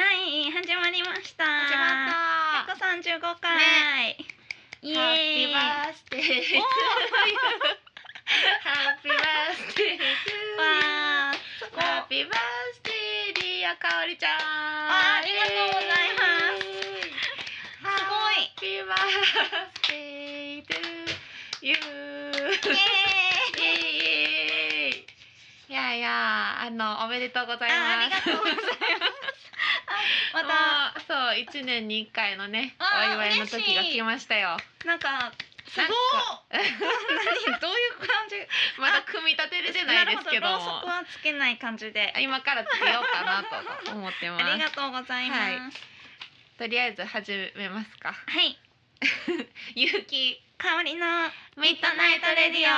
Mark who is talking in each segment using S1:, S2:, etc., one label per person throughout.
S1: 始まりました。
S2: 始まった
S1: 百三十五回。イエーイ。
S2: ハッピーバースデー
S1: おー
S2: ハッピーバースデー
S1: わーすごい
S2: ハッピーバースデーリアかおりちゃん
S1: あーありがとうございます
S2: す
S1: すごい
S2: ハッピーバースデートゥーユ
S1: イエ
S2: ー
S1: ーイ。
S2: イエーイいやいやあのおめでとうござい
S1: ああり
S2: ま
S1: が
S2: す
S1: とうございます。あまた
S2: もう そう一年に一回のね
S1: あー
S2: お祝いの時が
S1: 嬉しい
S2: 来ましたよ
S1: なんかすごい。何どういう感じ？
S2: まだ組み立てれてないですけど
S1: なる
S2: も
S1: ほどろうそくはつけない感じで。
S2: 今からつけようかなと思って
S1: あ
S2: ま
S1: り
S2: す
S1: がとうございます。
S2: とりあえず始めますか
S1: はい。
S2: ゆうき
S1: 香りの
S2: ミッドナイトレディオ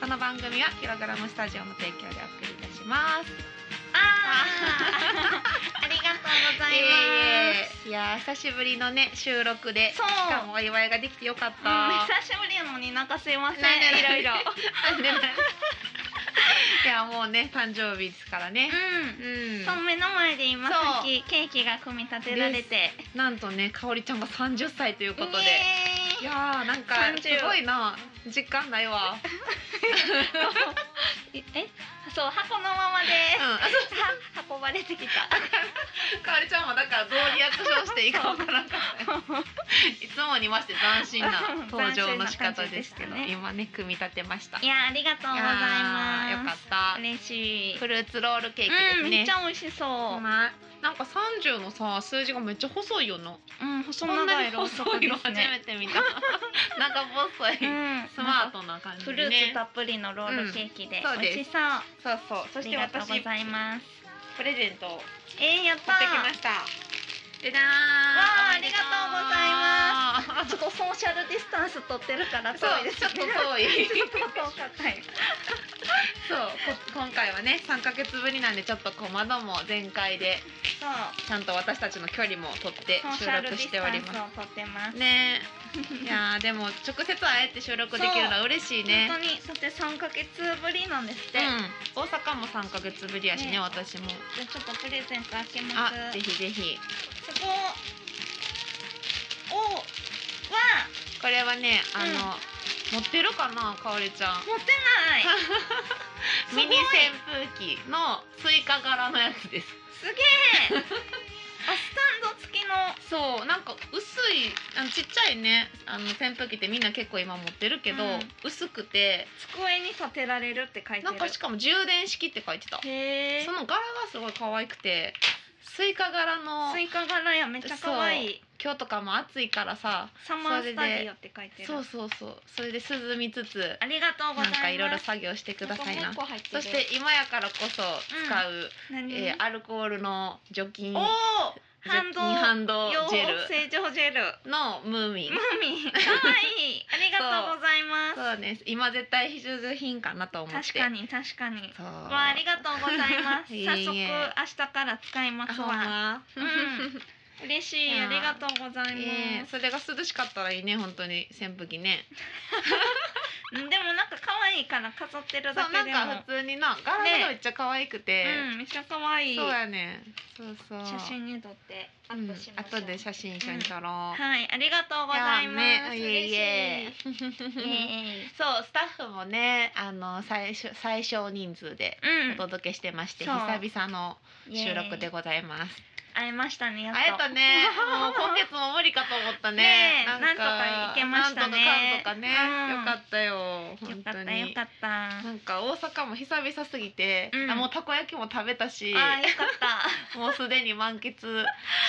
S2: この番組はキログラムスタジオの提供でお送りいたします
S1: あーありがとうございま。
S2: いえいえいやー久しぶりのね収録ですし
S1: そう。
S2: かもお祝いができてよかっ
S1: うん
S2: た、
S1: 久しぶりやのになんかすいません。
S2: ないない
S1: いろ
S2: ない
S1: いろ。
S2: なんでなん いやもうね誕生日ですからね
S1: うん
S2: う。
S1: そう目の前で今
S2: そう
S1: さっきケーキが組み立てられて
S2: んなんとねかおりちゃんが30歳ということで
S1: イエーイ
S2: いやーなんか
S1: 30
S2: すごいな実感ないわ
S1: えそう箱のままで
S2: うんあそ
S1: は 運ばれ てきた
S2: うかおりちゃんもだからどうリアクションしていいかわからんかったよいつもにまして斬新な 登場の仕方ですけ
S1: 斬新な感じでした
S2: ど
S1: ね
S2: 今ね組み立てました
S1: いやありがとうございます
S2: やーよかった
S1: 嬉しい
S2: フルーツロールケーキで
S1: う
S2: す
S1: ん
S2: ね、
S1: めっちゃ美味しそう
S2: うまいなんか三十のさ数字がめっちゃ細いよな。
S1: うん細
S2: こんな
S1: 長
S2: に
S1: いろうそく
S2: 細
S1: で
S2: いの
S1: す
S2: 初
S1: ね
S2: めて見た。 なんか細い。
S1: うん
S2: スマートな感じ
S1: フ
S2: ね。
S1: ルーツたっぷりのロールケーキで
S2: うんそう
S1: 美
S2: です
S1: 味しそうあ
S2: そうそう。そし
S1: り
S2: て
S1: がとう
S2: 私
S1: ございます
S2: プレゼントを持って
S1: えーやった
S2: きました。でだーん。
S1: あありがとうござい
S2: ます。
S1: ちょっとソーシャルディスタンス取ってるから遠いです
S2: そうちょっと遠い
S1: ちょっと遠かったよ
S2: そうこ今回はね三ヶ月ぶりなんでちょっと小窓も全開で
S1: そう
S2: ちゃんと私たちの距離も取って
S1: ソーシ
S2: 収
S1: ャルデ
S2: 録
S1: ィ
S2: し
S1: ス
S2: てお
S1: タ
S2: り
S1: ンス
S2: ま
S1: を取ってます
S2: す。ねえ。いやーでも直接会えて収録できるのは嬉しいね。
S1: 本当にだって三ヶ月ぶりなんですって、
S2: うん、大阪も三ヶ月ぶりやしね
S1: ね
S2: 私も
S1: じゃあちょっとプレゼント開けま
S2: あ
S1: す
S2: ぜひぜひ
S1: そこをは
S2: これはねあの、
S1: うん
S2: 持ってるかなかおりちゃん
S1: 持ってないすごい
S2: ミニ扇風機のスイカ柄のやつです
S1: すげえあスタンド付きの
S2: そうなんか薄いあのちっちゃいねあの扇風機ってみんな結構今持ってるけど、
S1: うん
S2: 薄くて
S1: 机に立てられるって書いてる
S2: なんかしかも充電式って書いてた
S1: へえ
S2: その柄がすごい可愛くてスイカ柄の
S1: スイカ柄やめっちゃ可愛い
S2: 今日とかも暑いからさ
S1: サマースタディオって書いてる
S2: そうそうそうそれで涼みつつ
S1: ありがとうござ
S2: ないん
S1: ます
S2: かいろいろ作業してくださいな
S1: こ。こもう一個入って
S2: そ
S1: る
S2: して今やからこそ使う、
S1: 何、
S2: えーアルコールの除菌
S1: おお
S2: 除
S1: ハンド
S2: 菌ハンド
S1: 養
S2: ジェ
S1: 蜂
S2: ル
S1: 成長ジェル
S2: のムーミン
S1: マ。ミ可愛いありがとうございます
S2: そうです。今絶対必需品かなと思って。
S1: 確か。に確かに。
S2: そう。
S1: わあありがとうございます。
S2: いえいえ
S1: 早速明日から使います
S2: ほん
S1: わ。
S2: ま
S1: うん嬉しい
S2: いや
S1: あ
S2: ー
S1: りがとうござい
S2: え
S1: ま
S2: ー
S1: す。
S2: それが涼しかったらいいね本当に扇風機ね。
S1: うんでもなんか可愛いから飾って
S2: そ
S1: る
S2: う
S1: だけ
S2: なん
S1: で
S2: か
S1: も
S2: 普通にな柄がめっちゃ可愛くて。
S1: うんめっちゃ可愛い
S2: そうやね。そうそう。
S1: 写真に撮ってア
S2: うん
S1: ップしましょう。
S2: 後で写真一緒に撮ろう。
S1: はいありがとうございま
S2: や
S1: す。
S2: ねいえいえ
S1: 嬉しい。イエーイ
S2: そうスタッフもねあの最初最小人数でお
S1: うん
S2: 届けしてまして、
S1: そう
S2: 久々の
S1: イエー
S2: 収
S1: イ
S2: 録でございます。
S1: 会えましたねやっと。
S2: 会えた ね。もう今月も無理かと思った
S1: ね
S2: ね。
S1: えなんとか行けましたね
S2: なんとかかんとかね、
S1: うん
S2: よかったよ。
S1: よ
S2: 本
S1: か
S2: 当
S1: った
S2: に
S1: よかった。あ
S2: なんか大阪も久々すぎて、
S1: うん
S2: あもうたこ焼きも食べたし、
S1: ーよか った。
S2: もうすでに満喫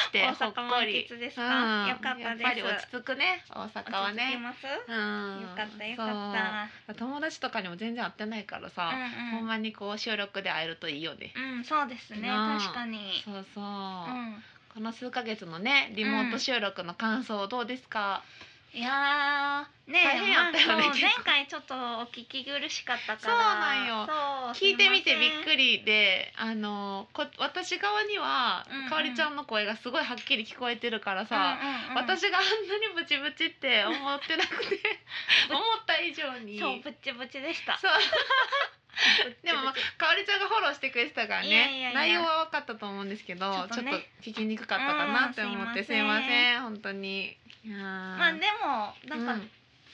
S2: して
S1: 大
S2: ほっ
S1: 阪
S2: こ
S1: 満
S2: り。
S1: 喫ですか、よかったです
S2: やっぱり落ち着くね大阪は
S1: 落ち着き
S2: ね。
S1: ます、
S2: うん。
S1: よかったよか
S2: そう
S1: っ
S2: 友達とかにも全然会ってないから
S1: た
S2: さ、ほ
S1: うんん
S2: まにこう収録で会えるといいよね。
S1: うん、うん、そうですね
S2: なあ
S1: 確かに
S2: そうそう、
S1: うん
S2: この数ヶ月のねリモート収録の感想どうですか、
S1: いやーねえ
S2: 大変やったよね
S1: まあそう
S2: 結構
S1: 前回ちょっとお聞き苦しかったから
S2: そうなんよ
S1: そ
S2: 聞いてみてびっく
S1: り。
S2: りであのこ私側には、
S1: うんうん
S2: かおりちゃんの声がすごいはっきり聞こえてるからさ、
S1: うんうんうん、
S2: 私があんなにブチブチって思ってな くて思った以上に
S1: そうぶっちぶちでした。
S2: そう
S1: ぶっちぶち
S2: でもまあかおりちゃんがフォローしてくれてたからね
S1: いやいやいや
S2: 内容は分かったと思うんですけどち
S1: ち
S2: ょ
S1: ょ
S2: っ
S1: っ
S2: と,、
S1: とね
S2: 聞きにくかったかなって思って
S1: うん
S2: す
S1: す
S2: い
S1: い
S2: ま
S1: ません
S2: せん本当にいやま
S1: まあでもなんか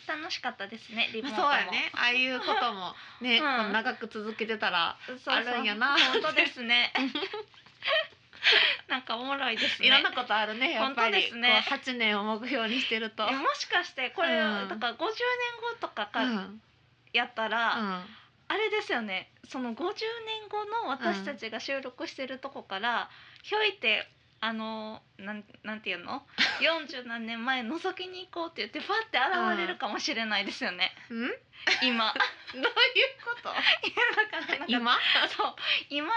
S2: か
S1: 楽しかったですね、リモー
S2: まあ、
S1: ト
S2: そ
S1: も
S2: うやねああいうこと もね、
S1: うん
S2: こう長く続けてたら
S1: そうそう
S2: あるんやな
S1: 本当です ねなんかおもろいですね
S2: いろんなことあるねやっぱり
S1: 本当ですね
S2: こう8年を目標にしてると。
S1: えもしかしてこれ、
S2: うん
S1: だから50年後とか
S2: うんう
S1: か
S2: ん
S1: やったら、
S2: あ
S1: あれですよねその50年後の私たちが収録してるとこから、ひょいてあのなんなんていうの40何年前覗きに行こうって言ってパッて現れるかもしれないですよね、
S2: どういう
S1: 今
S2: こと
S1: だからなんか
S2: 今、
S1: そう今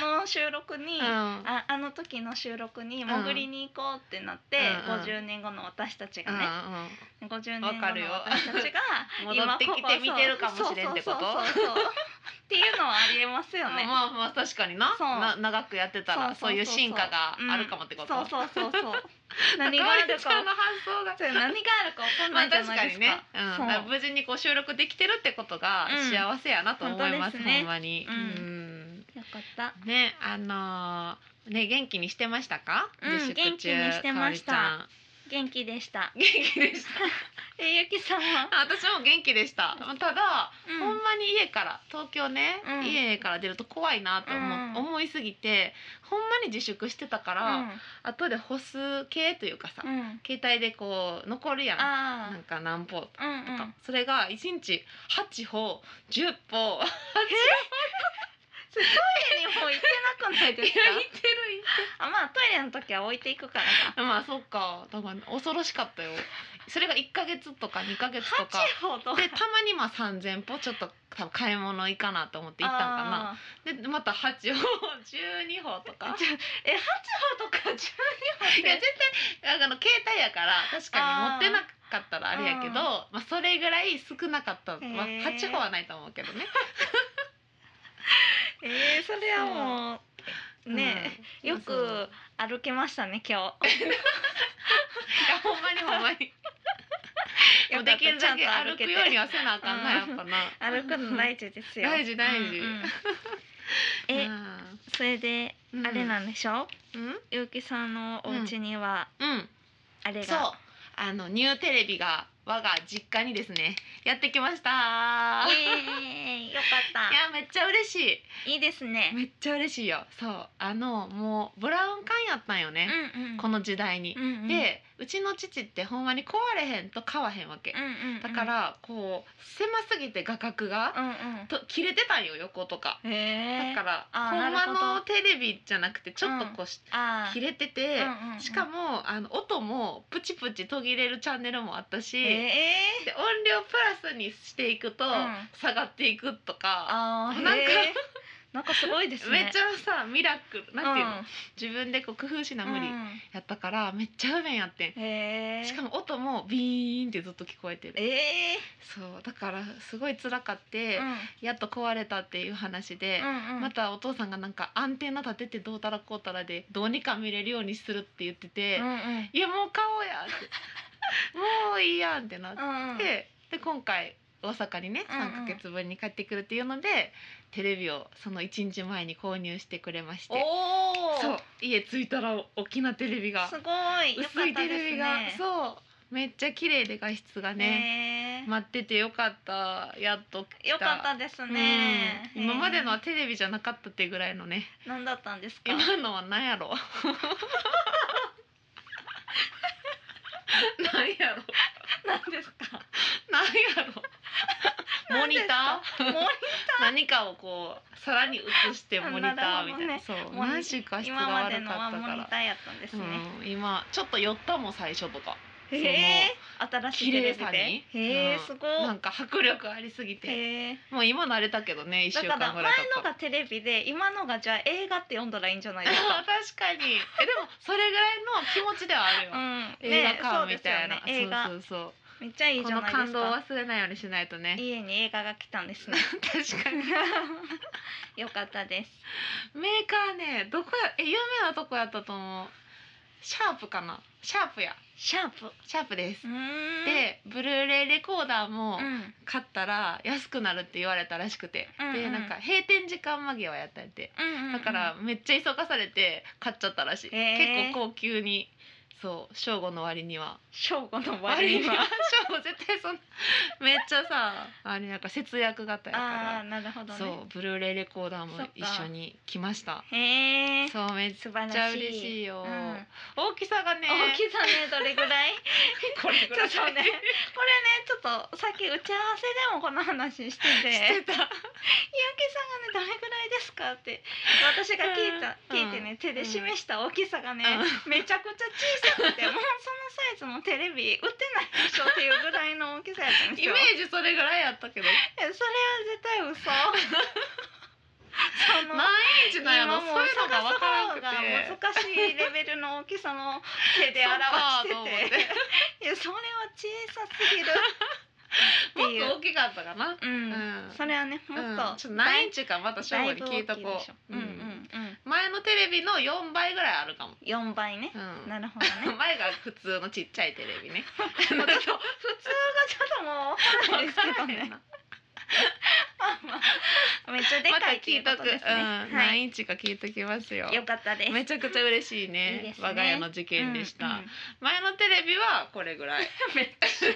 S1: この収録に、
S2: うん
S1: ああの時の収録に潜りに行こうってなって、
S2: うんうん
S1: 50年後の私たち
S2: う
S1: が
S2: んう
S1: ね、
S2: ん、
S1: 50年
S2: わ
S1: 後の
S2: かるよ
S1: 私たちが
S2: 戻ってきて見てるかもしれんってこと
S1: そうそうそうそうっていうのはありえますよね。
S2: まあまあ確かにな
S1: そう
S2: な長くやってたらそういう進化があるかもってこ
S1: う
S2: と、
S1: んそうそうそう そう。何
S2: 何
S1: が
S2: が
S1: あ
S2: あ
S1: る
S2: る
S1: か
S2: か。の発想が。
S1: そう何があるかわかん
S2: ま
S1: な
S2: あ
S1: いじゃ
S2: 確
S1: な
S2: か
S1: いで
S2: に
S1: すか
S2: ね。、うん、だから
S1: そう
S2: 無事にこう収録できてるってことが
S1: うん
S2: 幸せやなと思いま
S1: 本当
S2: す。
S1: ですね
S2: ほんまに。
S1: うよかった。
S2: うんね、あのーね元気にしてましたか？
S1: うん
S2: 自粛中
S1: 元気にしてました
S2: か
S1: 元気でした
S2: お。りちゃん元 気でした。
S1: えゆきさんは。
S2: あ私も元気でした。ただ、
S1: うん
S2: ほんまに家から東京ね、
S1: うん
S2: 家から出ると怖いなと思,、
S1: うん
S2: 思いすぎて、ほんまに自粛してたから、後で干す系というかさ、
S1: うん。うん。
S2: 携帯でこう残るやん。
S1: あ
S2: なんか何歩とか
S1: あ。うんうん。
S2: それが一日八歩十歩
S1: トイレにも行ってなくない ですかあまあトイレの時は置いていくからか
S2: まあそっかだから恐ろしかったよそれが一ヶ月とか二ヶ月とか
S1: 八歩とか
S2: でたまにまあ三千歩ちょっと多分買い物行かなと思って行ったんか
S1: あ
S2: なでまた八歩十二歩 とか
S1: ーえ八歩とか十
S2: い
S1: 二歩
S2: や
S1: で
S2: 絶対あの携帯やから確か
S1: あー
S2: に持ってなかったらあれやけど
S1: うん
S2: まあそれぐらい少なかった、まあ、
S1: へー
S2: 八歩はないと思うけどね
S1: えー、それはもうね、
S2: うん
S1: よ
S2: そうそ
S1: く
S2: う
S1: 歩けましたね 今日
S2: いやほんまにほん まにもうできるだけ歩くようにはせなあかんな、
S1: うん
S2: やっぱな。
S1: 歩くの大事ですよ
S2: 大事大事。
S1: うん うんえ、それであれなんんでしょう、
S2: うん。
S1: ゆうきさんのお家には
S2: うん。
S1: あれ
S2: そう
S1: が、。
S2: あのニューテレビが我が実家にですねやってきました。い
S1: イエーイよかっ
S2: やめっちゃ嬉し
S1: たいいです
S2: い。
S1: ね
S2: めっちゃ嬉しいよ。そう。あのもうブラウン管やったんよ
S1: う
S2: ね。
S1: んうん
S2: この時代に
S1: う。んうん、
S2: で、うちの父ってほんまに壊れへんと買わへんわけ
S1: う。んうんうん
S2: だからこう狭すぎて画角が
S1: うんうん
S2: と切れてたんよ横とか。
S1: へ
S2: だ
S1: え
S2: から
S1: あ
S2: ほんま
S1: なるほ
S2: の
S1: ど
S2: テレビじゃなくてちょっとこうし、
S1: あー
S2: 切れてて、
S1: うんうんうん
S2: しかもあの音もプチプチ途切れるチャンネルもあったし、
S1: えー
S2: で音量プラスにしていくと、
S1: ん
S2: 下がっていくとか。
S1: あー
S2: なんか
S1: へーなんかすごいですね
S2: めっちゃさミラクルなんていうの、
S1: ん
S2: 自分でこう工夫しな無理
S1: うん
S2: やったからめっちゃ不便やってん、
S1: へえ
S2: しかも音もビーンってずっと聞こえてる
S1: ええ
S2: そうだからすごい辛かって、やっと壊れたっていう話で、
S1: うんうん
S2: またお父さんがなんかアンテナ立ててどうたらこうたらでどうにか見れるようにするって言ってて「
S1: うんうん
S2: いやもう買おうや」って 「もういいやん」ってなって、
S1: うんうん
S2: で今回大阪にね
S1: うんうん
S2: 3ヶ月ぶりに帰ってくるっていうので、テレビをその1日前に購入してくれまして
S1: おお
S2: そう家着いたら大きなテレビが
S1: すごい良か
S2: 薄
S1: っ
S2: い
S1: た
S2: テ
S1: です
S2: レビが、
S1: ね
S2: そうめっちゃ綺麗で画質がね、
S1: ね
S2: 待っててよかったやっと来た
S1: 良かったですね
S2: うん、今までのは
S1: へ
S2: テレビじゃなかったってぐらいのね
S1: ー何だったんですか
S2: 今のは何 やろ何やろ
S1: 何ですか
S2: 何やろモニター
S1: もう
S2: 何かをこうさらに映してモニターみたいな
S1: なる
S2: そう
S1: モニ
S2: 何しか質が
S1: 今まで
S2: 悪
S1: の
S2: か
S1: は
S2: った
S1: モ
S2: か
S1: ニ
S2: ら
S1: ターやったんですね
S2: うん、今ちょっと寄ったもん最初とか
S1: へえ新しい
S2: 綺
S1: テレ
S2: 麗
S1: ビ
S2: さ
S1: で
S2: に
S1: へえ
S2: うん
S1: すご
S2: ないんか迫力ありすぎて
S1: へえ
S2: もう今慣れたけどね一
S1: だ
S2: 週
S1: から
S2: 間ぐ
S1: 前
S2: らい経
S1: の
S2: った
S1: がテレビで今のがじゃあ映画って読んだらいいんじゃないです
S2: あ
S1: か
S2: 確かにえでもそれぐらいの気持ちではあるよ、
S1: うん
S2: 映画
S1: ねそ
S2: 館
S1: うで
S2: み
S1: すよ
S2: たいな、
S1: ね映画
S2: そうそうそう
S1: めっちゃいい
S2: こ
S1: じゃ
S2: の
S1: ないで
S2: 感
S1: す
S2: 動を
S1: か
S2: 忘れないようにしないとね
S1: 家に映画が来たんですね
S2: 確かに
S1: よかったです
S2: メーカーねどこやえ有名なとこやったと思うシャープかなシャープや
S1: シャープ
S2: シャープです
S1: う、ーん
S2: でブルーレイレコーダーも
S1: うん
S2: 買ったら安くなるって言われたらしくて、
S1: うんうん
S2: でなんか閉店時間間際やったんやて
S1: うんうん
S2: だからめっちゃ急がされて買っちゃったらしい、
S1: へー
S2: 結構高級にそう正午の割には
S1: 正午の割には
S2: 正午絶対そんなめっちゃさあれなんか節約型や
S1: ああ
S2: か
S1: なるほど
S2: ら
S1: ね
S2: そうブルーレイレコーダーも一緒に来ました
S1: へえ
S2: そうめっ
S1: 素晴らしい
S2: ちゃ嬉しいよ、
S1: うん
S2: 大きさがね
S1: 大きさねどれぐらい
S2: これ
S1: ちょっとねこれねちょっとさっき打ち合わせでもこの話してて
S2: して
S1: 「三宅
S2: た
S1: さんがねどれぐらいですか?」って私が聞いた、
S2: うん
S1: 聞いてね手で示した大きさがね、
S2: う
S1: めちゃくちゃ小さくて もうそのサイズのテレビ売ってないでしょっていうぐらいの大きさやったんです
S2: イ
S1: よ。
S2: メージそれぐらいやったけど
S1: えそれは絶対嘘そ の
S2: 何インチなんやろ
S1: 今
S2: そ
S1: も
S2: ういうのが分からんくて
S1: 探す方が難しいレベルの大きさの手で表してていやそれは小さすぎる
S2: も
S1: っていう
S2: っと大きかったかな
S1: う、
S2: うんん
S1: それはねもっ
S2: うん
S1: と,、
S2: ちょっと何インチかまた正午に聞いとこ
S1: だぶ大きでしょ
S2: う
S1: うんう
S2: うん
S1: んうん
S2: 前のテレビの四倍ぐらいあるかも
S1: 四倍ね。
S2: うん
S1: なるほど ね。
S2: 前が普通のちっちゃいテレ ビね。
S1: ちょっと普通がちょっともうわからないですけどね。まあまあ めっちゃで
S2: また
S1: かいって
S2: 聞
S1: い
S2: いう
S1: ことと
S2: く、
S1: ですね。
S2: うん、
S1: は
S2: 何
S1: い。
S2: インチか聞いときますよ。
S1: よかったです。
S2: めちゃくちゃ嬉しいね。
S1: いいですね
S2: 我が家の事件でした、
S1: うんうん
S2: 前のテレビはこれ ぐらい。
S1: 小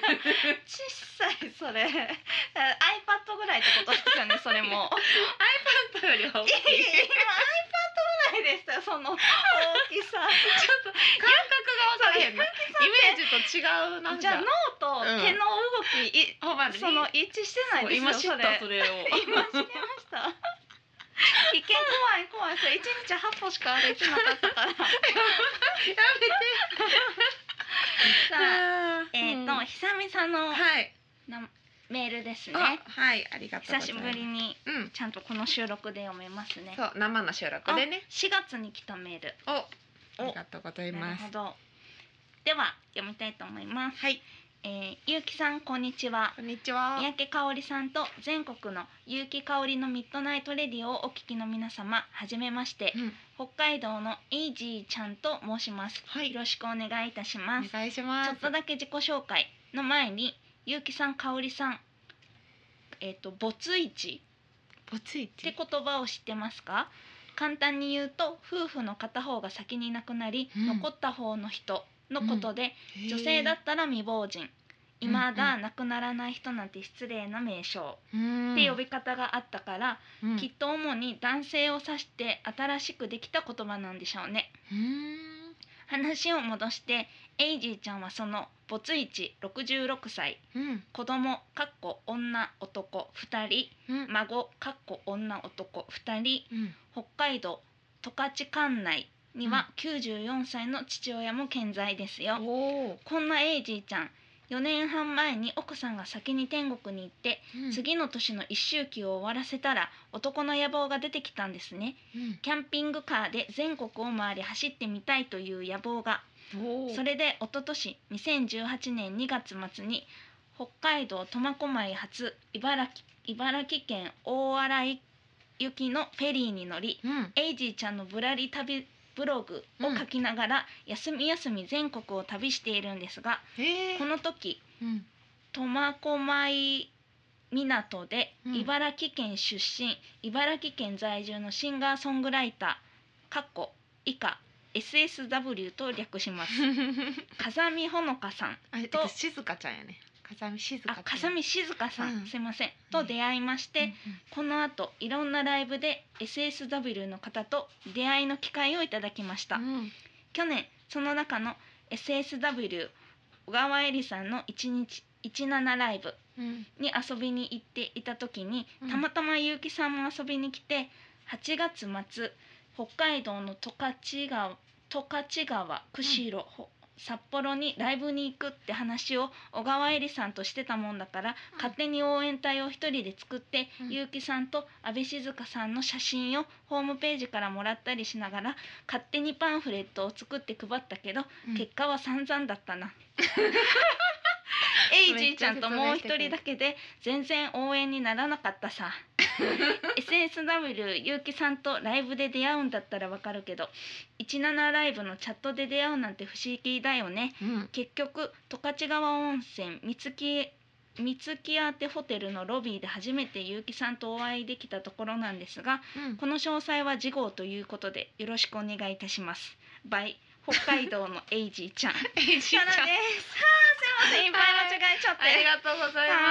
S1: さいそれ。iPad ぐらいってことですよね。それ も。
S2: iPad より大きい
S1: 今 iPad ぐらいでしたよ。その大きさ。
S2: 感覚が分からへんな。イメージと違うなんか。
S1: じゃあ脳と
S2: うん
S1: 手の動き、い
S2: ほんまに
S1: その一致してない
S2: そう
S1: ですよ。
S2: 今知ったそ
S1: それ
S2: れを。
S1: 今知りました。危険怖い怖い。それ一日八歩しか歩いてなかった から。さあ、
S2: やめて。
S1: えっ、と、
S2: うん
S1: 久々の
S2: はい。
S1: なメールですね。
S2: あはいありがとうござい
S1: 久
S2: ます。
S1: しぶりに
S2: うん。
S1: ちゃんとこの収録で読めますね。
S2: そう生の収録でね。
S1: 4月に来たメール。
S2: おあ
S1: お
S2: りがとうござい
S1: な
S2: ま
S1: る
S2: す
S1: ほ。ど。では読みたいと思います。
S2: はい。
S1: えー、ゆうきさんこんにちは。
S2: こんにちは。
S1: 三宅香織さんと全国の結城香織のミッドナイトレディオをお聞きの皆様、はじめまして。
S2: うん
S1: 北海道のエイジーちゃんと申します。
S2: はい
S1: よろしくお願いいたし
S2: お
S1: ます。
S2: 願いしま
S1: ち
S2: す。
S1: ょっとだけ自己紹介の前に、ゆうきさん、かおりさん。えっ、と、没一
S2: ぼつい
S1: って言葉を知ってますか。簡単に言うと、夫婦の片方が先に亡くなり、
S2: うん
S1: 残った方の人のことで、女性だ
S2: っ
S1: ったら未亡人。いまだ亡くならない人なんて失礼な名称って
S2: て
S1: 呼び方があったから、
S2: うん
S1: きっと主に男性を指して新しくできた言葉なんでしょうね。
S2: うん
S1: 話を戻してエイジーちゃんはその没一66歳
S2: うん
S1: 子供かっこ女男2人
S2: うん
S1: 孫かっこ女男2人
S2: うん
S1: 北海道十勝管内には94歳の父親も健在ですよ、
S2: おー
S1: こんなエイジーちゃん4年半前に奥さんが先に天国に行って
S2: うん
S1: 次の年の一周期を終わらせたら男の野望が出てきたんですね
S2: うん
S1: キャンピングカーで全国を回り走ってみたいという野望が
S2: おー
S1: それで一昨年2018年2月末に北海道苫小牧発茨城茨城県大洗行きのフェリーに乗り
S2: うん
S1: エイジーちゃんのぶらり旅ブログを書きながら、休み休み全国を旅しているんですが
S2: へー
S1: この時
S2: うん
S1: 苫小牧港で
S2: うん
S1: 茨城県出身、茨城県在住のシンガーソングライターかっこ以下 SSW と略します。 風見ほのかさん
S2: あえっと静香ちゃんやね風見静香
S1: あ
S2: ちゃん
S1: 風見静香さん、
S2: うん
S1: すいません
S2: う
S1: と
S2: ん
S1: 出会いまして、このあといろんなライブで SSW の方と出会いの機会をいただきました、
S2: うんうん
S1: 去年その中の SSW 小川恵里さんの1日17ライブ
S2: うん
S1: に遊びに行っていた時に、
S2: うん
S1: たまたま結城さんも遊びに来て8月末北海道の十勝川十勝川釧路、ほ札幌にライブに行くって話を小川恵里さんとしてたもんだから、
S2: うん
S1: 勝手に応援隊を一人で作って、
S2: うん
S1: 結城さんと安倍静香さんの写真をホームページからもらったりしながら勝手にパンフレットを作って配ったけど、
S2: うん
S1: 結果は散々だったなエイジンちゃんともう一人だけで全然応援にならなかったさ SSW 結城さんとライブで出会うんだったらわかるけど17ライブのチャットで出会うなんて不思議だよね
S2: うん
S1: 結局十勝川温泉三月三月アーテホテルのロビーで初めて結城さんとお会いできたところなんですがこの詳細は次号ということでよろしくお願いいたします。バイ北海道のエイジーち ゃん。
S3: エ イジ
S1: シ
S3: ン
S1: ャ
S3: ちゃ
S1: ラ
S3: ん
S1: です。あーすいませんいっぱい間違えちゃって。
S3: ありがとうございます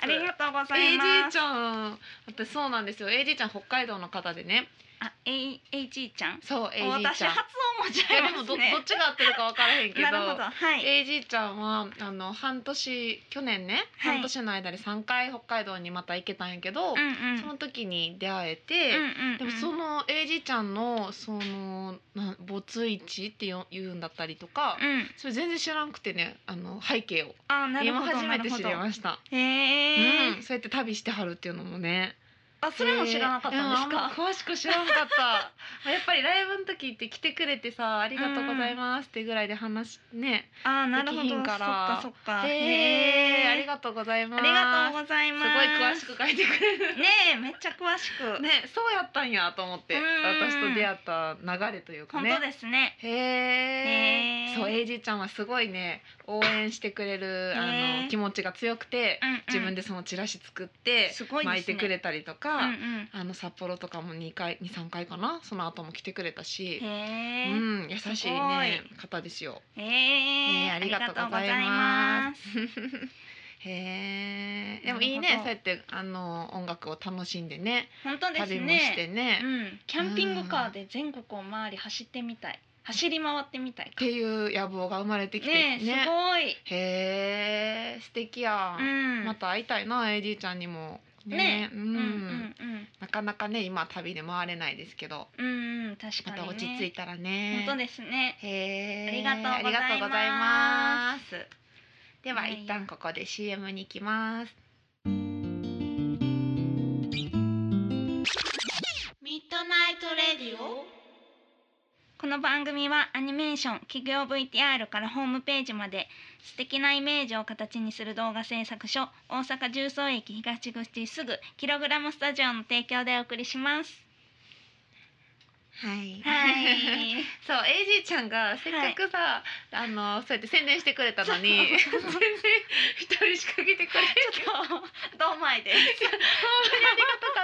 S1: ありがとうござい
S2: エイジー
S1: ま
S2: ち
S1: す。
S2: ゃん私そうなんですよエイジーちゃん北海道の方でね
S1: あエイエイジーちゃん。
S2: そうエイジー
S1: 私
S2: ちゃん
S1: 発音もじ
S2: い
S1: ゃ
S2: や
S1: い
S2: で
S1: ま
S2: も
S1: す
S2: どど
S1: ね
S2: っ。ちが合ってるか分からへんけど
S1: なるほどはい。
S2: エイジーちゃんはあの半年去年ね、
S1: はい
S2: 半年の間に3回北海道にまた行けたんやけど、
S1: うんうん。
S2: その時に出会えて、
S1: うんうん
S2: でもそのエイジーちゃんのそのなん没位置ってよ言うんだったりとか、
S1: うん。
S2: それ全然知らなくてねあの背景を
S1: あーなる
S2: 今
S1: ほど
S2: 初
S1: な
S2: めて
S1: るほ
S2: 知
S1: ど
S2: り。ました、
S1: へ
S2: う
S1: え。
S2: ん、そうやって旅してはるっていうのもね
S1: あそれも知らなかったんです
S2: うんあ
S1: か
S2: んま。詳しく知らな かったまあやっぱりライブの時って来てくれてさありがとうございますってぐらいで話ね、
S1: あーなるほど。
S2: できひ
S1: そっ
S2: んか
S1: からそっか。
S2: へえありがとうございます
S1: ありがとうございます。
S2: すごい詳しく書いてくれ る
S1: ねえめっちゃ詳しく。
S2: ねそうやったんやと思って
S1: うん
S2: 私と出会った流れというか
S1: 本
S2: ね
S1: 当ですね。
S2: へえ、
S1: ね
S2: そうエイジちゃんはすごいね応援してくれるあ
S1: ね
S2: の気持ちが強くて
S1: うんうん、
S2: 自分でそのチラシ作って
S1: すごいですね
S2: 巻いてくれたりと
S1: うん
S2: か、
S1: うん。
S2: あの札幌とかも2回23回かなその後も来てくれた
S1: へ
S2: し、う
S1: ー
S2: ん、優しいね方ですよ。
S1: へ
S2: ね
S1: え。
S2: ありがとうございます。 へえでもいい
S1: なる
S2: ねそ
S1: ほど
S2: うやってあの音楽を楽しんでね
S1: 本当です
S2: 旅もして
S1: ね。
S2: ね、
S1: う
S2: っ
S1: ん。キャンピングカーで全国を回り走ってみたい。走り回ってみたいか。
S2: ていう野望が生まれてきて
S1: ねえすごい。
S2: へえ素敵や
S1: う、ん。
S2: また会いたいな AD ちゃんにもね
S1: ね
S2: うん
S1: うんうんうん
S2: なかなかね今旅で回れないですけど
S1: うんうん確か
S2: ま
S1: にね。
S2: た落ち着いたらね
S1: 本当ですね。
S2: へ
S1: あ
S2: え
S1: りがとう
S2: ありがとう
S1: ござ
S2: ござ
S1: い
S2: い
S1: ま
S2: ます
S1: す。
S2: では
S1: はいはい
S2: 一旦ここで CM に行きます
S1: ミッドナイトレディオこの番組はアニメーション企業 VTR からホームページまで素敵なイメージを形にする動画制作所大阪重曹駅東口すぐキログラムスタジオの提供でお送りします
S2: は い
S1: はい
S2: そう AG ちゃんがせっかくさ、あのそうやって宣伝してくれたの に全然一人しか来てくれな
S1: ちょっとどうまいです
S2: か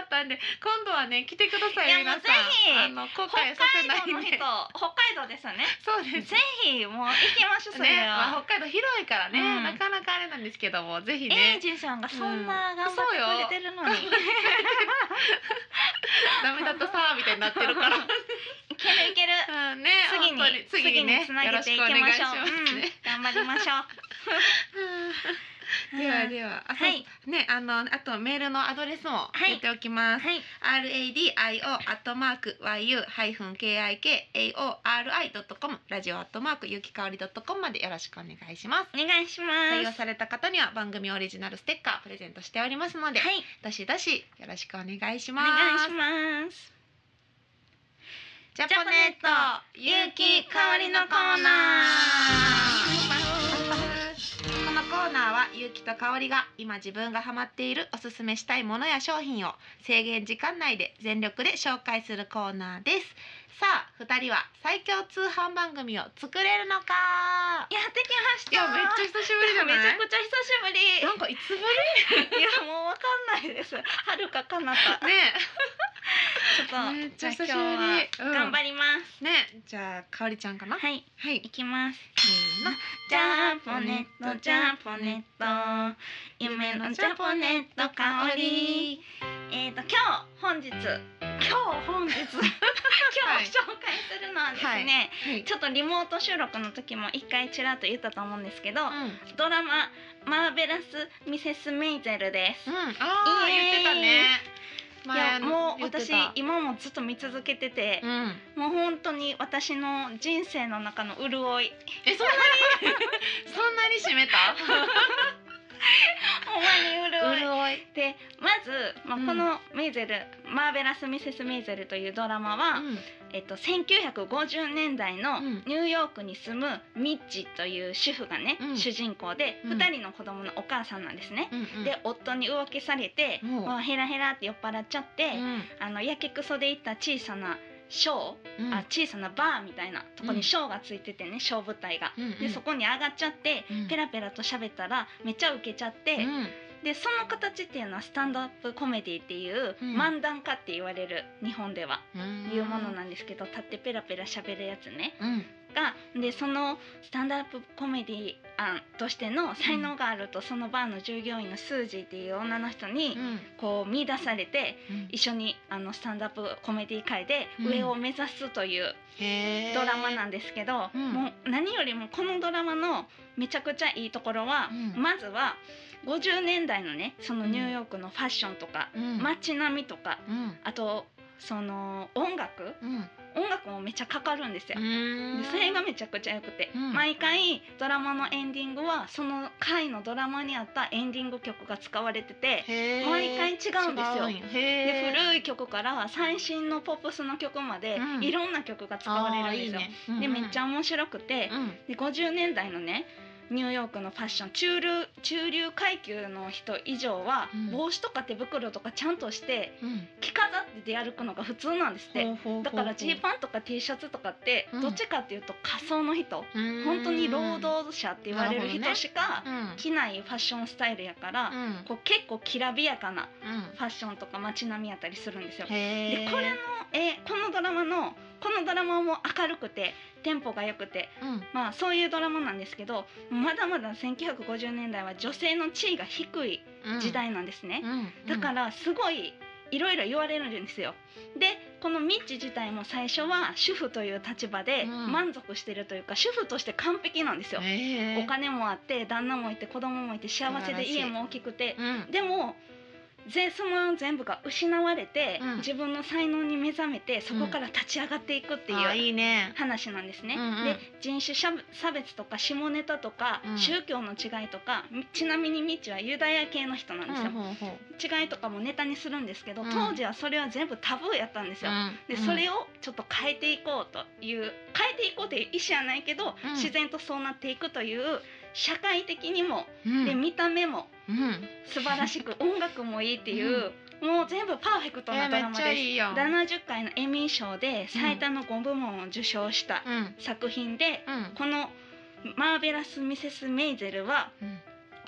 S2: ったんで今度はね来てください
S1: いや
S2: 皆さん
S1: もうぜひ
S2: あの後
S1: 北海
S2: 悔させない
S1: 道の人
S2: で
S1: 北海道ですよね
S2: そうです
S1: ぜひもう行きましょうそれ
S2: ね、ま
S1: は、
S2: あ、北海道広いからね、
S1: うん
S2: なかなかあれなんですけどもぜひ
S1: エイ
S2: ね
S1: ジさんがそんな頑張ってくれてるのに、
S2: うんそう よダメだとさみたいになってる から、
S1: いけるいける
S2: うん、ね
S1: 次に
S2: 本当に次にね
S1: つな
S2: よ
S1: げ
S2: ろ
S1: てい
S2: し
S1: き
S2: くお願い
S1: ま
S2: し
S1: しょう。
S2: ますね、
S1: うん、頑張りましょう。
S2: ではではあ、そう
S1: はい
S2: ねあのあとメールのアドレスも言っておきます、
S1: はい
S2: radio アットマーク yu ハイフン kikaori ドットコムラジオアットマークゆきかおりドットコムまでよろしくお願いします
S1: お願いし
S2: 採
S1: ま
S2: 用
S1: す。
S2: された方には番組オリジナルステッカープレゼントしておりますので、
S1: はい
S2: どしどしよろしくお願いし
S1: お
S2: ます。
S1: 願いします。
S2: ジャ
S1: ジャ
S2: ポ
S1: ポネ
S2: ネ
S1: ッ
S2: ッ
S1: ト
S2: ト、
S1: 勇
S2: 勇
S1: 気
S2: 気
S1: 香
S2: 香
S1: り
S2: り
S1: の
S2: の
S1: コ
S2: コ
S1: ー
S2: ー
S1: ナ
S2: ナ
S1: ー。
S2: ー。このコーナーは勇気と香りが今自分がハマっているおすすめしたいものや商品を制限時間内で全力で紹介するコーナーです。さあ、二人は最強通販番組を作れるのか。
S1: やってきました。
S2: 久しぶ
S1: めちゃくちゃ久しぶり。
S2: なんかいつぶ
S1: いやもうわかんないです。はるか彼方。
S2: りね。
S1: ちょっと
S2: めっちゃ久しぶり
S1: じゃあ今日は
S2: うん
S1: 頑張ります。
S2: ね、じゃあ、かおりちゃんかな。
S1: はい、
S2: はい。
S1: 行きます。
S2: せー
S1: ジャ
S2: の。
S1: ポネットジャポネット夢のジャポネット香り。えー、と今日本日今日本日 今日
S2: はい
S1: 紹介するのはですね、
S2: はい。
S1: ちょっとリモート収録の時も一回ちらっと言ったと思うんですけど、
S2: うん。うん。
S1: ドラマ「マーベラス・ミセス・メイゼル」です。
S2: ああ、
S1: イエーイ
S2: 言ってたね。
S1: いやもう
S2: 言って
S1: 私
S2: た
S1: 今もずっと見続けてて
S2: う、ん。
S1: もう本当に私の人生の中の潤い
S2: え、そんなに。そんなに締めた。
S1: ほんまに潤い
S2: 潤い。
S1: でまず、まあ、
S2: うん
S1: この「メイゼル、マーベラス・ミセス・メイゼル」というドラマは、えっと、1950年代の
S2: うん
S1: ニューヨークに住むミッチという主婦がね、
S2: うん
S1: 主人公で
S2: うん
S1: 2人の子供のお母さんなんですね。
S2: うんうん
S1: で夫に浮気されて、
S2: うん
S1: まあ、ヘラヘラって酔っ払っちゃって、
S2: うん
S1: あのやけくそで行った小さなショー、
S2: うん
S1: あ小さなバーみたいなとこ
S2: うん
S1: にショーがついててねショー舞台が。
S2: うんうん
S1: でそこに上がっちゃって、
S2: うん
S1: ペラペラと喋ったらめっちゃウケちゃって、
S2: うん
S1: でその形っていうのはスタンドアップコメディっていう、
S2: うん
S1: 漫談家って言われる日本では
S2: うん
S1: いうものなんですけど、立ってペラペラ喋るやつね
S2: うん
S1: がでそのスタンドアップコメディアンとしての才能があると、そのバーの従業員のスージーっていう女の人に、
S2: うん
S1: こう見出されて
S2: うん
S1: 一緒にあのスタンドアップコメディ界で
S2: うん
S1: 上を目指すという
S2: へー
S1: ドラマなんですけど、
S2: うん
S1: もう何よりもこのドラマのめちゃくちゃいいところは、
S2: うん
S1: まずは50年代のねそのニューヨークのファッションとか、
S2: うん
S1: 街並みとか
S2: うん
S1: あとその音楽
S2: うん
S1: 音楽もめっちゃかかるんですよ。
S2: うん
S1: でそれがめちゃくちゃ良くて、
S2: うん
S1: 毎回ドラマのエンディングはその回のドラマにあったエンディング曲が使われてて
S2: へー
S1: 毎回違うんですよ
S2: 違うんやへ
S1: で
S2: ー
S1: 古い曲から最新のポップスの曲まで
S2: うん
S1: いろんな曲が使われるんですよ。
S2: あーいいねうんうん
S1: でめっちゃ面白くて、
S2: うん
S1: で50年代のねニューヨークのファッション中流中流階級の人以上は、
S2: うん
S1: 帽子とか手袋とかちゃんとして
S2: うん
S1: 着飾って出歩くのが普通なんですって
S2: ほうほうほう
S1: だからジーパンとか T シャツとかって、
S2: うん
S1: どっちかっていうと仮想の人、
S2: うーん
S1: 本当に労働者って言われる人しか
S2: うんうん
S1: 着ないファッションスタイルやから、こう結構きらびやかなファッションとか街並みやったりするんですよ。
S2: へ
S1: でこれのえこのドラマのこのドラマも明るくてテンポが良くて
S2: のうん
S1: まあそういうドラマなんですけどまだまだ1950年代は女性の地位が低い
S2: うん
S1: 時代なんですね、
S2: うん
S1: だからすごいいろいろ言われるんですよでこのミッチ自体も最初は主婦という立場で
S2: うん
S1: 満足してるというか、主婦として完璧なんですよ、
S2: へー
S1: お金もあって旦那もいて子供もいて幸せで家も大きくて
S2: うん
S1: でもぜその全部が失われて、
S2: うん
S1: 自分の才能に目覚めてそこから立ち上がっていくっていう、
S2: あーいいね
S1: 話なんですね。
S2: うんうん
S1: で人種差差別とか下ネタとか、
S2: うん
S1: 宗教の違いとかみちなみにミッチはユダヤ系の人なんですよ。
S2: ほうほう
S1: 違いとかもネタにするんですけど、
S2: うん
S1: 当時はそれは全部タブーやったんですよ。でそれをちょっと変えていこうという変えていこうという意思はないけど、
S2: うん
S1: 自然とそうなっていくという社会的にも、
S2: うん
S1: で見た目も
S2: うん
S1: 素晴らし く音楽もいいっていう、もう全部パーフェクトな
S2: えー
S1: ド
S2: め
S1: ラ
S2: っ
S1: マ
S2: ちゃ
S1: です。
S2: いいやん
S1: 70回のエミー賞で最多の5部門を受賞した
S2: うん
S1: 作品で、
S2: うん
S1: この「マーベラス・ミセス・メイゼルは」
S2: うん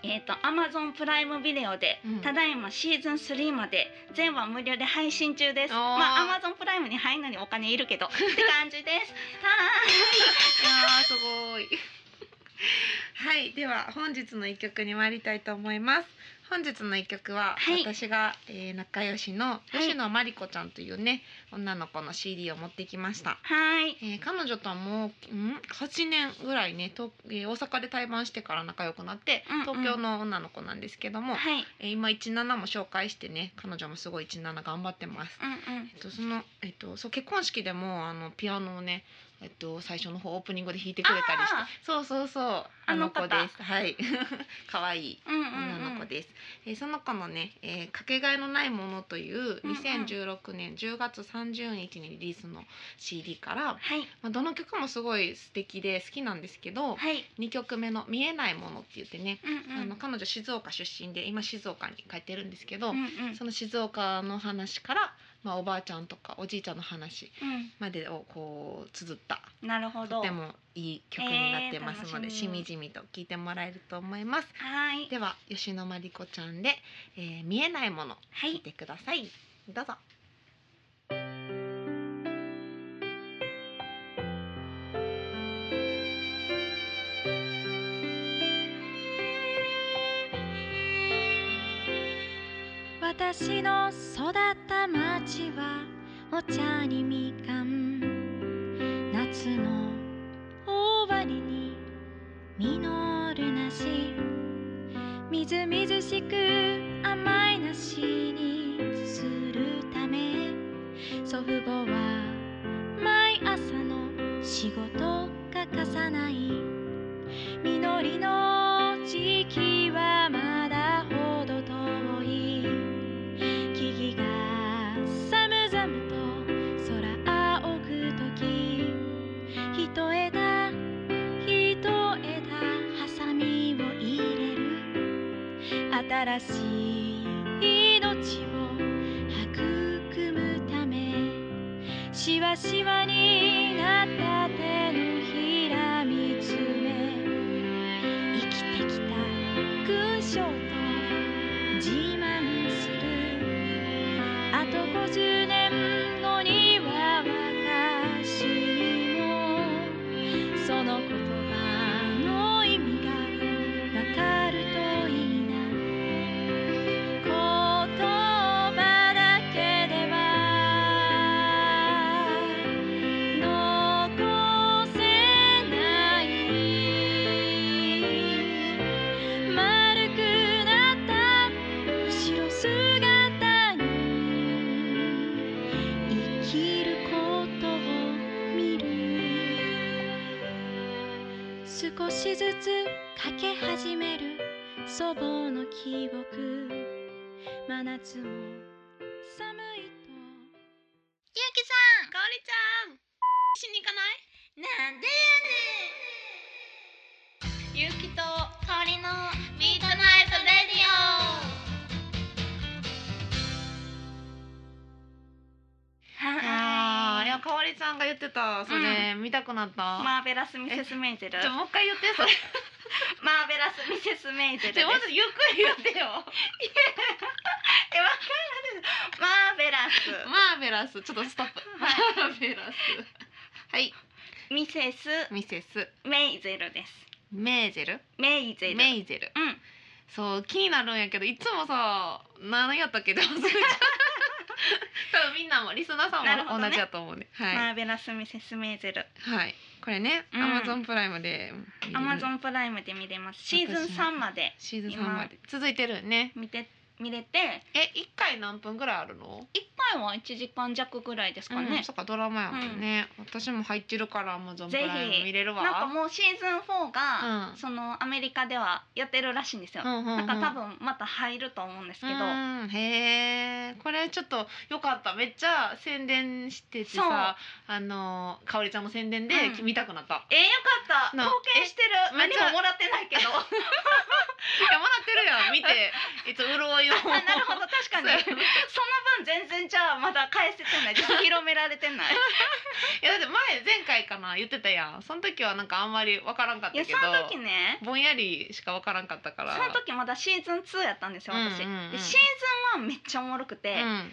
S1: えー、と Amazon プライムビデオで、
S2: うん
S1: ただいまシーズン3まで全話無料で配信中です
S2: おー
S1: まあ Amazon プライムに入るのにお金いるけ どって感じです
S2: いやーすごい。はい、では本日の一曲に参りたいと思います。本日の一曲は、
S1: はい
S2: 私が、えー仲良しの吉野真理子ちゃんというね、女の子の CD を持ってきました。
S1: はーい
S2: えー彼女とはもう、ん、8年ぐらいね、とえー大阪で対バンしてから仲良くなって、
S1: うんうん
S2: 東京の女の子なんですけども、
S1: はい
S2: えー今17も紹介してね、彼女もすごい17頑張ってます。
S1: うんうん
S2: えっと、その、えっと、そう、結婚式でも、あの、ピアノをね。えっと、最初の方オープニングで弾いてくれたりして
S1: あ。
S2: そうそうそう、あ
S1: あ
S2: の
S1: の
S2: 子
S1: 方
S2: です。はい、 可愛い
S1: うんうん
S2: 女の
S1: う
S2: 子
S1: ん
S2: です。えーその子のね、えーかけがえのないものという
S1: うんうん
S2: 2016年10月30日にリリースの CD から。
S1: はい
S2: まあ、どの曲もすごい素敵で好きなんですけど、
S1: はい
S2: 2曲目の見えないものって言ってね。
S1: うん
S2: あ
S1: うん
S2: の彼女静岡出身で今静岡に帰ってるんですけど、
S1: うんうん
S2: その静岡の話から、まあ、おばあちゃんとかおじいちゃんの話
S1: うん
S2: までをこう綴った
S1: なるほど
S2: とて
S1: は
S2: もいい曲になってますので、
S1: えー楽
S2: し
S1: しみ
S2: みじみと聴いてもらえると思います
S1: ーい
S2: では吉野真理子ちゃんで、えー見えないもの」
S1: は
S2: 聴い
S1: い
S2: てください、どうぞ
S4: 私の育った町はお茶にみかん夏の終わりに実る梨みずみずしく甘い梨にするため祖父母は毎朝の仕事欠かさない実りの時期はまだほ雨と空仰ぐ時一枝一枝ハサミを入れる新しい命を育むためしわしわになった手のひら見つめ生きてきた勲章と自慢するあと50年後には私にもその言葉の意味がわかるといいな言葉だけでは残せない丸くなった後ろ姿に生きることを見る少しずつかけ始める祖母の記憶真夏も寒いと
S1: かおりちゃん
S2: しに行かない
S1: なんでやねんゆうきとかおりのミートナイトレディオ
S2: あーいやかわりちゃんが言ってたそれ、見たくなった、
S1: マーベラス・ミセス・メイゼル
S2: じゃあもう一回言ってそれ
S1: マーベラス・ミセス・メイ ゼルです
S2: じゃあまずゆっくり言っ てよ
S1: えわからないマーベラス
S2: マーベラスちょっとストップマーベラスはい
S1: ミセス・
S2: ミセス
S1: メイゼルです
S2: メーゼル
S1: メイゼル
S2: メイゼル
S1: うん
S2: そう気になるんやけどいつもさ何やったっけって忘 れちゃう多分みんなもリスナーさ
S1: なる
S2: ん
S1: ほどね
S2: も同じやと思うねはい、
S1: マーベラス・ミセス・メイゼル
S2: はいこれね、
S1: うん
S2: Amazon プライムで見れる
S1: アマゾンプライムで見れますシーズン
S2: 私
S1: 3まで
S2: シーズン3まで続いてるね
S1: 見て見れて
S2: え一回何分ぐらいあるの
S1: 一回は1時間弱ぐらいですか
S2: う
S1: ね
S2: ん、そっかドラマやもんね、私も入ってるから Amazon プ
S1: ぜひ
S2: ライム見れるわ
S1: なんかもうシーズン4が、
S2: うん
S1: そのアメリカではやってるらしいんですよ、
S2: うんうんうん
S1: なんか多分また入ると思うんですけど、
S2: うんへえこれちょっとよかっためっちゃ宣伝しててさあのかおりちゃんも宣伝で
S1: うん
S2: 見たくなった、
S1: えー、よかった
S2: な
S1: 貢献してる
S2: えめっ
S1: 何
S2: ちゃ
S1: ももらってないけ どあ
S2: いやもらってるやん見ていつ潤いを
S1: なるほど確かに
S2: そう
S1: その分全然じゃあまだ返せてないちょっと広められてない
S2: い やだって前前回かな言ってたやんその時はなんかあんまりわからんかっ
S1: いや
S2: た
S1: そ
S2: けど
S1: の時ね
S2: ぼんやりしかわからんかったから
S1: その時まだシーズン2やったんですよ私、
S2: うんうんうん
S1: でシーズン1めっちゃおもろくて、
S2: う
S1: 2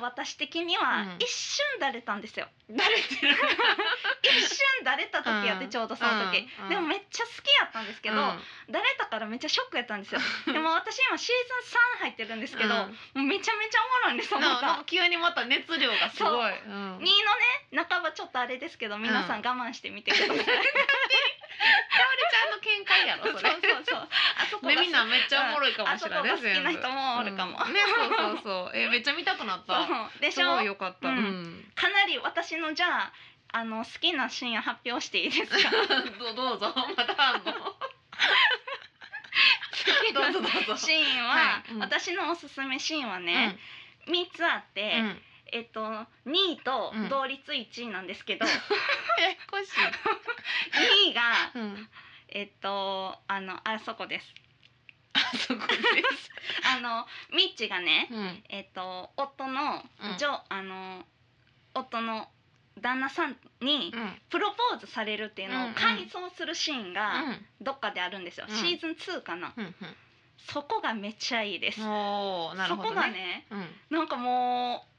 S1: 私的には
S2: うん
S1: 一瞬だれたんですよ、
S2: ん慣れてる
S1: 一瞬だれた時やって
S2: うん
S1: ちょうどその時、
S2: うん
S1: でもめっちゃ好きやったんですけど、
S2: うん
S1: だれたからめっちゃショックやったんですよでも私今シーズン3入ってるんですけど、
S2: うん
S1: もうめちゃめちゃおもろいんですよ
S2: な
S1: ま
S2: なんか
S1: た
S2: 急にまた熱量がすごい、う
S1: 2の
S2: ん
S1: ね半ばちょっとあれですけど皆さん我慢してみてく ださい、
S2: かおりちゃんの見解やろ
S1: そう
S2: そ
S1: そ
S2: れ
S1: うそうあそこが
S2: ねみんなめっちゃおもろいかも
S1: あ
S2: し
S1: そ
S2: れ
S1: こ
S2: な
S1: が
S2: いね
S1: 好きな人もおるかも、
S2: うんねそうそうそうえめっちゃ見たくなった
S1: そうですしょ
S2: ごいよかった、
S1: うん
S2: うん
S1: かなり私のじゃああの好きなシーンを発表していいですか
S2: どどうぞまたあん のどうぞどうぞ
S1: シーンは、
S2: はいうん
S1: 私のおすすめシーンはね、三3つあって、
S2: うんうん
S1: えっと2位と同率1位なんですけど、
S2: ややこしい
S1: 2位が
S2: うん
S1: えっとあのあそこです
S2: あそこです
S1: あのミッチがね、
S2: うん
S1: えっと夫の
S2: うん
S1: ジョ、あの夫の旦那さんに
S2: うん
S1: プロポーズされるっていうのを改装するシーン
S2: う
S1: が
S2: ん
S1: どっかであるんですよ、
S2: うん
S1: シーズン2かな、
S2: うん
S1: そこがめっちゃいいです、
S2: うんおーなる
S1: そ
S2: ほ
S1: こ
S2: ど
S1: が
S2: ね
S1: ね
S2: うん
S1: なんかもう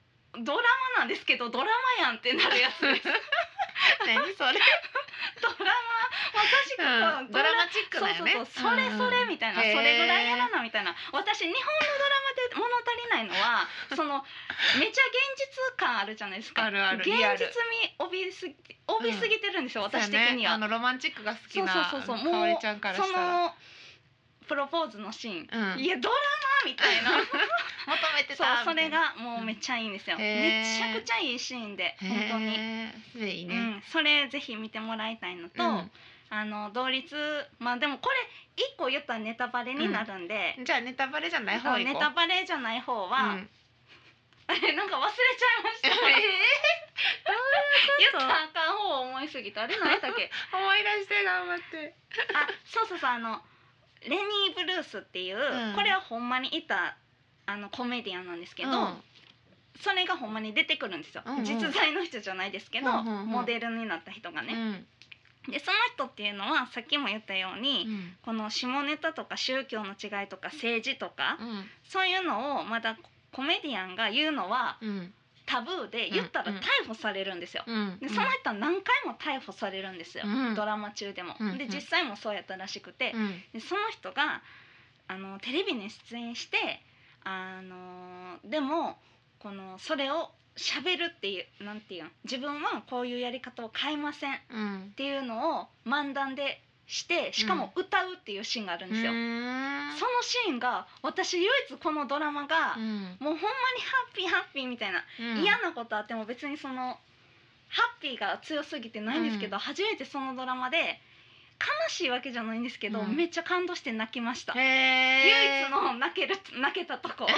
S1: ドラマなんですけどドラマやんってなるやつです
S2: 何それ
S1: ドラマまさしくこう、
S2: ドラマチック
S1: そう
S2: だよね
S1: そうそうそれそれみたいな、
S2: うんうん
S1: それぐらいやらなみたいな私日本のドラマで物足りないのはそのめちゃ現実感あるじゃないですか
S2: あるある
S1: 現実
S2: リア
S1: 味
S2: ル
S1: 帯びすぎ帯びすぎてるんですよ、私的に
S2: そうやねあ
S1: は、
S2: のロマンチックが好き
S1: そう
S2: な
S1: そうそうそう
S2: か
S1: も
S2: お
S1: う
S2: りちゃんから
S1: そ
S2: したら
S1: のプロポーズのシーン、
S2: うん
S1: いやドラマみたい な
S2: 求めて
S1: そう
S2: た
S1: そ
S2: みた
S1: れ
S2: いな
S1: がもうめっちゃいいんですよ、
S2: へー
S1: めちゃくちゃいいシーンで本当に、
S2: へーでいいね
S1: うん、それぜひ見てもらいたいのと、あの同率まあでもこれ一個言ったらネタバレになるんで、
S2: うんじゃあネタバレじゃない
S1: そ
S2: 方
S1: う
S2: 行こう
S1: ネタバレじゃない方は、
S2: うん
S1: あれなんか忘れちゃいましたすぎたあれ何やったっ け
S2: 出して頑張って
S1: あそうそうそうあのレニー・ブルースっていう、
S2: うん
S1: これはほんまにいたあのコメディアンなんですけど、それがほんまに出てくるんですよ、
S2: うんうん
S1: 実在の人じゃないですけど、
S2: うんうんうん
S1: モデルになった人が
S2: う
S1: ね、
S2: ん
S1: でその人っていうのはさっきも言ったように、
S2: うん
S1: この下ネタとか宗教の違いとか政治とか、
S2: うん
S1: そういうのをまだコメディアンが言うのは
S2: うん
S1: タブーで言ったら逮捕されるんですよ。
S2: うん
S1: でその人は何回も逮捕されるんですよ、
S2: うん
S1: ドラマ中でも。
S2: うん
S1: で
S2: うん
S1: 実際もそうやったらしくて、
S2: うん
S1: でその人があのテレビに出演してあのでもこのそれを喋るっていうなんていうん自分はこういうやり方を変えませんっ
S2: うん
S1: ていうのを漫談でしてしかも歌うっていうシーンがあるんですよ。そのシーンが私唯一このドラマが、
S2: うん
S1: もうほんまにハッピーハッピーみたいな、
S2: うん
S1: 嫌なことあっても別にそのハッピーが強すぎてないんですけど、初めてそのドラマで悲しいわけじゃないんですけど、
S2: うん
S1: めっちゃ感動して泣きました、
S2: へえ
S1: 唯一の泣ける泣けたと こそう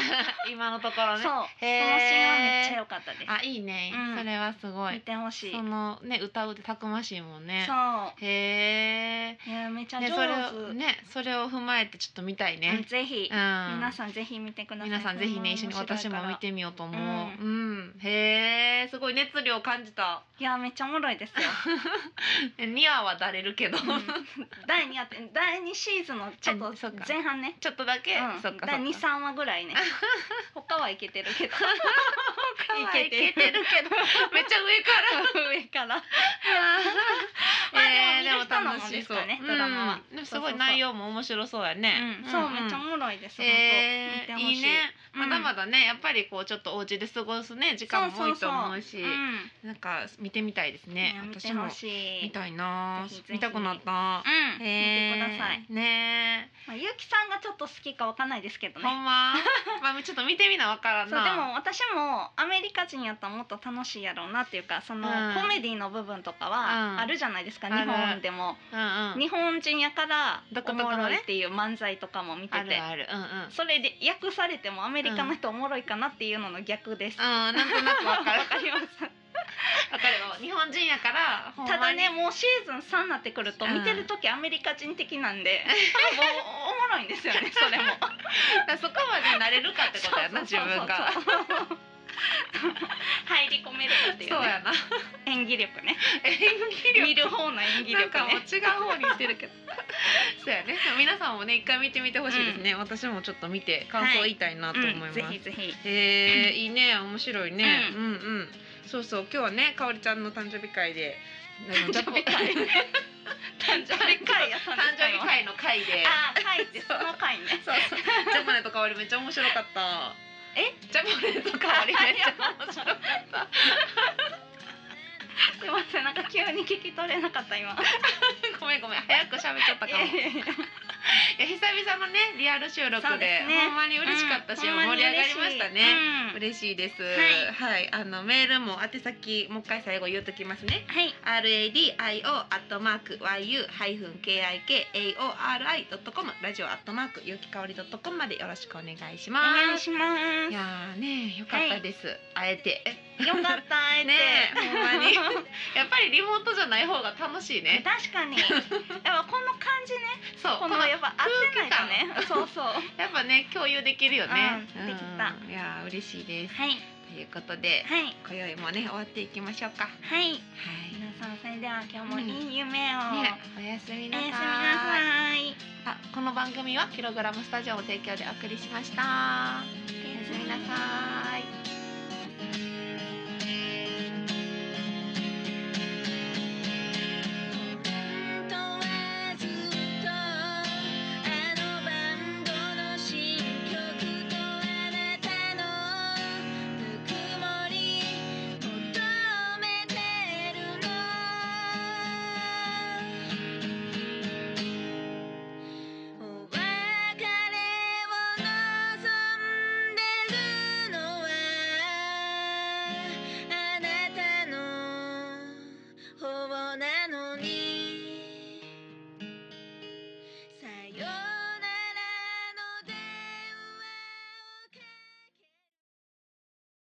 S2: 今のところ
S1: そのシーン
S2: ね
S1: はめっちゃ良かったです
S2: あいいね
S1: うん
S2: それはすご
S1: 見
S2: い
S1: てほしいそ
S2: そうのね歌うってたくましいもんねへえ
S1: いやめちゃ上
S2: ね
S1: 手、
S2: それをねそれを踏まえてちょっと見たいね
S1: うんぜひ、
S2: うん
S1: 皆さんぜひ見てください
S2: 皆さんぜひね一緒に
S1: これ面白
S2: 私
S1: いか
S2: も
S1: ら
S2: 見てみようと思ううんへえすごい熱量感じた
S1: いやめっちゃおもろいですよ
S2: ニアはだれるけど
S1: 第2話って第2シーズンのちょっと
S2: あそうか
S1: 前半ね、
S2: ちょっとだけ
S1: うん、
S2: そっかそ
S1: 第
S2: っ
S1: 23
S2: か
S1: 話ぐら いね他はいけてるけど
S2: いけてるけ どめっちゃ上か
S1: 上からまあでも見る人のも
S2: らえー
S1: んですかね
S2: うん
S1: ドラマは
S2: でもす
S1: そうそう
S2: ご
S1: そ
S2: いう内容も面白そうやね
S1: うん、そう、
S2: ん
S1: めっちゃおもろいです本
S2: え
S1: 当
S2: ー
S1: 見てほしい
S2: いいね
S1: うん
S2: まだまだねやっぱりこうちょっとお家で過ごすね時間も多いと思う
S1: そ
S2: し
S1: そそうん
S2: なんか見てみたいですね
S1: いや見て
S2: 私も
S1: ほしい
S2: 見たいな
S1: ぜひぜひ
S2: 見たくなった
S1: うん、見てください、
S2: い。ね
S1: まあ、ゆうきさんがちょっと好きかわかんないですけど
S2: え、
S1: ね
S2: ほんま。 まあちょっと見てみなわからん
S1: そうで
S2: な。
S1: も私もアメリカ人やったらもっと楽しいやろうなっていうかその、
S2: うん
S1: コメディの部分とか
S2: う
S1: は
S2: ん
S1: あるじゃないですか、
S2: ある
S1: 日本でも、
S2: うんうん。
S1: 日本人やから
S2: 独
S1: お
S2: 特の
S1: もろ
S2: ね
S1: いっていう漫才とかも見てて
S2: あるある。うんうん。うん、
S1: それで訳されてもアメリカの人おもろいかなっていうのの逆です。
S2: なんとなくわかる。わか
S1: ります。
S2: るよ。日本人やから。ほんま
S1: た
S2: に
S1: だね、もうシーズン3になってくると見てる時アメリカ人的なん で、もうおもろいんですよね それも。
S2: だからそこまでなれるかってことやな自
S1: そうそうそう
S2: 分が。
S1: そう入り込めるかっていう、
S2: そう
S1: ね、
S2: やな。
S1: 演技力ね
S2: 演技力。
S1: 見る方の演技
S2: なん
S1: 力
S2: かもう
S1: ね
S2: 違う方に行ってるけど。 そうやね。でも皆さんもね一回見てみてほしいですね、私もちょっと見て感想言いたいなと思います。
S1: うん、ぜひぜひ
S2: へえいいね面白いね、
S1: う
S2: うん、うんそうそう今日はねかおりちゃんの誕生日会 で
S1: 誕生日会 誕生日会や誕
S2: 誕生日会の会で
S1: あー会ってその会ね
S2: そうそうジャムネとかおりめっちゃ面白かった
S1: え
S2: ジャムネとかおりめっちゃ面白かっ
S1: すいませんなんか急に聞き取れなかった今
S2: た ごめんごめん早く喋っちゃったかもいや久々のねリアル収録
S1: そう
S2: で
S1: ですね
S2: ほんまに嬉しかったし、
S1: うん
S2: 盛り上がりましたね、、
S1: ほんに嬉しい
S2: 嬉しいです
S1: は
S2: はい、あのメールも宛先もう一回最後言うときますね
S1: うんはい、
S2: radio アットマーク yu ハイフン kikaori ドットコムラジオアットマークゆきかおりドットコムまでよろしくお願いしま
S1: お願い
S2: す。
S1: しま
S2: い
S1: す
S2: やーねよかったです、会えて
S1: よかった会えて、
S2: ねえほんまに やっぱりリモートじゃない方が楽しいね
S1: 確かにやっぱこの感じね
S2: そう
S1: こ
S2: この
S1: の
S2: や
S1: やっぱ合ってないとねそうそうは
S2: っぱね共有できるよね、
S1: うんできた
S2: うんいやー嬉しいです
S1: い
S2: ということで
S1: はい
S2: 今宵もね終わっていきましょうかは
S1: はい
S2: い
S1: 皆さんそれでは今日もいい夢を、
S2: ねおやすみ
S1: お
S2: な
S1: やすみ
S2: さい
S1: なさい
S2: あこの番組はキログラムスタジオの提供でお送りしましたおやすみなさい